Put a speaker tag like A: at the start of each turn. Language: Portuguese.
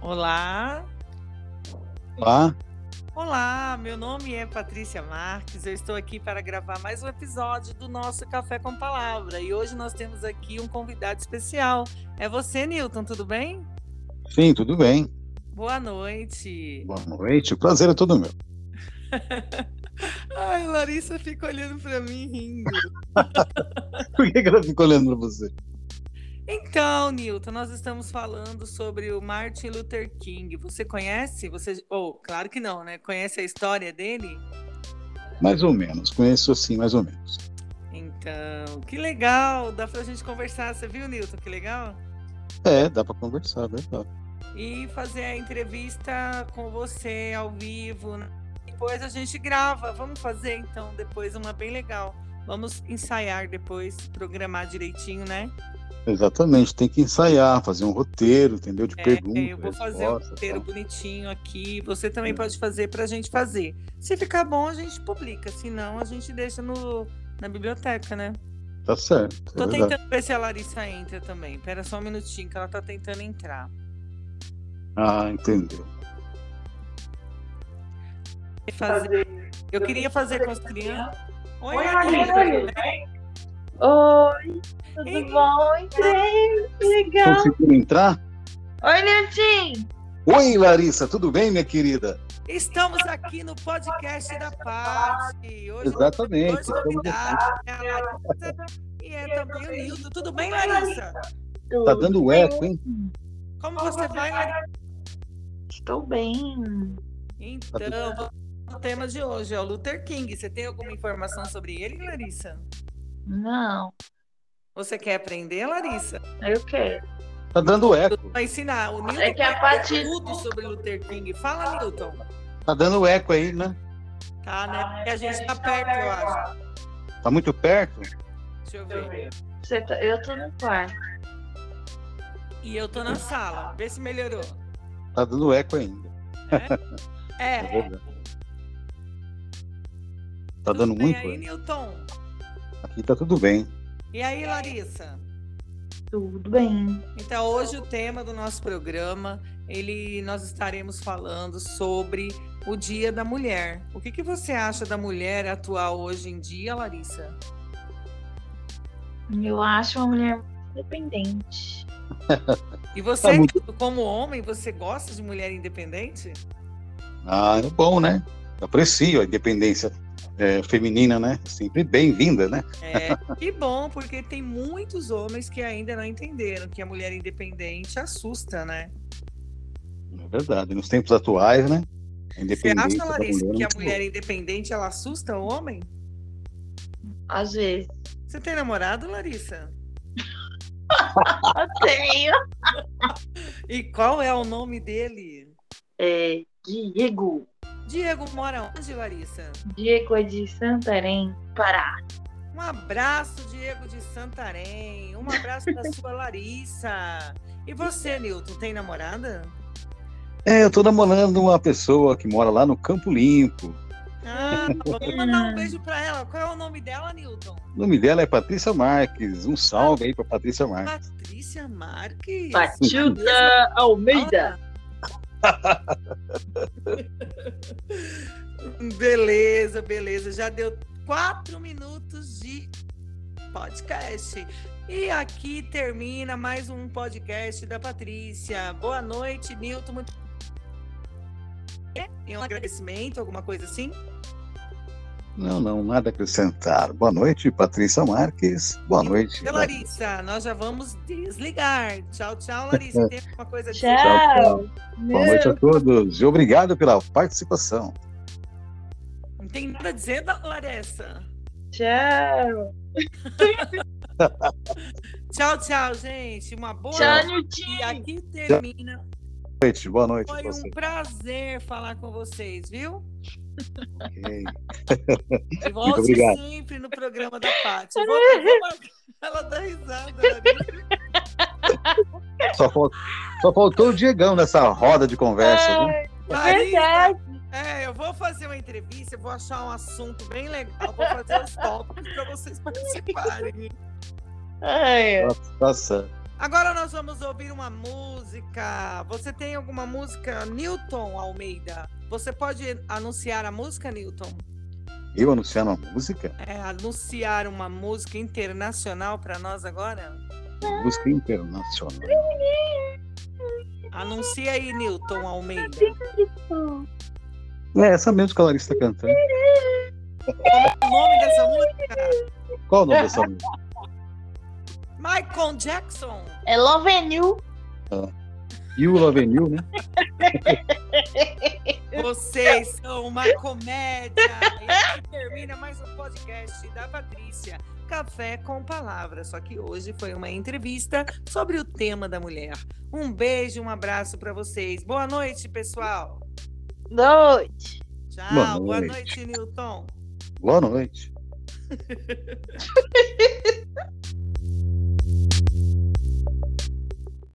A: Olá.
B: Olá.
A: Olá, meu nome é Patrícia Marques. Eu estou aqui para gravar mais um episódio do nosso Café com Palavra. E hoje nós temos aqui um convidado especial. É você, Newton, tudo bem?
B: Sim, tudo bem.
A: Boa noite.
B: Boa noite. O prazer é todo meu.
A: Ai, Larissa fica olhando para mim rindo.
B: Por que que ela fica olhando pra você?
A: Então, Newton, nós estamos falando sobre o Martin Luther King. Você conhece? Você, ou claro que não, né? Conhece a história dele?
B: Mais ou menos. Conheço assim, mais ou menos.
A: Então, que legal, dá pra gente conversar, você viu, Newton? Que legal?
B: É, dá pra conversar, é verdade.
A: E fazer a entrevista com você ao vivo. né? Depois a gente grava. Vamos fazer então depois uma bem legal. Vamos ensaiar depois, programar direitinho, né?
B: Exatamente. Tem que ensaiar, fazer um roteiro, entendeu? De
A: É,
B: perguntas,
A: eu vou fazer um
B: respostas, tá?
A: roteiro
B: tal.
A: bonitinho aqui. Você também pode fazer para a gente fazer. Se ficar bom, a gente publica. Se não, a gente deixa no, na biblioteca, né?
B: Tá certo. é
A: Tô
B: verdade.
A: tentando ver se a Larissa entra também. Pera só um minutinho, que ela tá tentando entrar.
B: Ah, entendeu.
A: Fazer- Eu queria fazer com as crianças. Oi,
C: Oi,
A: Larissa.
C: Larissa. Oi, tudo
A: né? Ei.
C: bom? Entrei, que legal.
B: Conseguiu Então, entrar?
C: Oi, Nilton.
B: Oi, Larissa, tudo bem, minha querida?
A: Estamos aqui no podcast da Pati. Hoje
B: Exatamente.
A: dois
B: estamos aqui.
A: convidados, é a Larissa e é também o Nildo. Tudo bem, Larissa?
B: Tá dando eco, hein?
A: Como você vai, Larissa?
C: Estou bem.
A: Então,
B: Tá
A: vamos ao tema de hoje é o Luther King. Você tem alguma informação sobre ele, Larissa?
C: Não,
A: Você quer aprender, Larissa?
C: eu quero.
B: Tá dando eco.
A: Vai ensinar. O Newton
C: É que a
A: vai
C: parte-
A: tudo sobre Luther King. Fala, Newton.
B: Tá dando eco aí, né?
A: Tá, né? Porque a gente tá perto, eu acho.
B: Tá muito perto?
A: Deixa eu ver.
C: Você tá- Eu tô no quarto.
A: E eu tô na sala. Vê se melhorou.
B: Tá dando eco ainda. É
A: É.
B: verdade. Tá
A: tudo
B: dando
A: bem
B: muito
A: aí, né?
B: eco.
A: Newton.
B: Aqui tá tudo bem.
A: E aí, Larissa?
C: Tudo bem.
A: Então, hoje o tema do nosso programa, ele nós estaremos falando sobre o Dia da Mulher. O que, que você acha da mulher atual hoje em dia, Larissa?
C: Eu acho uma mulher muito independente.
A: E você,
B: Tá muito-
A: como homem, você gosta de mulher independente?
B: Ah, é bom, né? Aprecio a independência é, feminina, né? Sempre bem-vinda, né?
A: É, que bom, porque tem muitos homens que ainda não entenderam que a mulher independente assusta, né?
B: É verdade. Nos tempos atuais, né? A
A: Você
B: independência
A: acha,
B: da
A: Larissa,
B: mulher é
A: que a
B: muito
A: mulher independente ela assusta o homem?
C: Às vezes.
A: Você tem namorado, Larissa?
C: Eu
B: é
C: tenho.
A: E qual é o nome dele?
C: É, Diego.
A: Diego mora onde, Larissa?
C: Diego é de Santarém, Pará.
A: Um abraço, Diego de Santarém. Um abraço da sua Larissa. E você, Nilton, tem namorada?
B: É, eu tô namorando uma pessoa que mora lá no Campo Limpo.
A: Ah, vamos mandar um beijo pra ela. Qual é o nome dela, Nilton?
B: O nome dela é Patrícia Marques. Um salve aí pra Patrícia Marques.
A: Patrícia Marques.
C: Matilda Almeida.
A: Beleza, beleza. Já deu quatro minutos de podcast. E aqui termina mais um podcast da Patrícia. Boa noite, Nilton. Muito... Tem um agradecimento, alguma coisa assim?
B: Não, não, nada a acrescentar. Boa noite, Patrícia Marques. Boa noite. né?
A: E, Larissa, nós já vamos desligar. Tchau, tchau, Larissa. Tem alguma coisa a dizer?
C: Tchau.
B: Boa noite a todos. E obrigado pela participação.
A: Não tem nada a dizer, da- Larissa.
C: Tchau.
A: Tchau, tchau, gente. Uma boa
C: Tchau,
A: noite.
C: Nilton.
A: E aqui termina.
B: Boa noite, boa noite a
A: Foi um
B: você.
A: prazer falar com vocês, viu?
B: Ok.
A: E volte
B: obrigado.
A: sempre no programa da Paty. Vou- vou marcar- Ela dá risada. né? Larissa.
B: Só, falt- só faltou o Diegão nessa roda de conversa, né?
A: Larissa, É, eu vou fazer uma entrevista, eu vou achar um assunto bem legal, vou fazer os tópicos para vocês participarem.
C: Ai,
B: Tá certo.
A: Agora nós vamos ouvir uma música. Você tem alguma música, Newton Almeida? Você pode anunciar a música, Newton?
B: Eu anunciando uma música?
A: É, anunciar uma música internacional para nós agora?
B: Uma música internacional.
A: Anuncia aí, Newton Almeida.
B: É essa mesmo que a Larissa está cantando.
A: O nome dessa música?
B: Qual o nome dessa música?
A: Michael Jackson.
C: É Love and You.
B: You Love and You, né?
A: Vocês são uma comédia. E aqui termina mais um podcast da Patrícia. Café com palavras. Só que hoje foi uma entrevista sobre o tema da mulher. Um beijo, um abraço para vocês. Boa noite, pessoal.
C: Noite.
A: Tchau. Boa
B: Boa
A: noite, Newton.
B: Boa noite.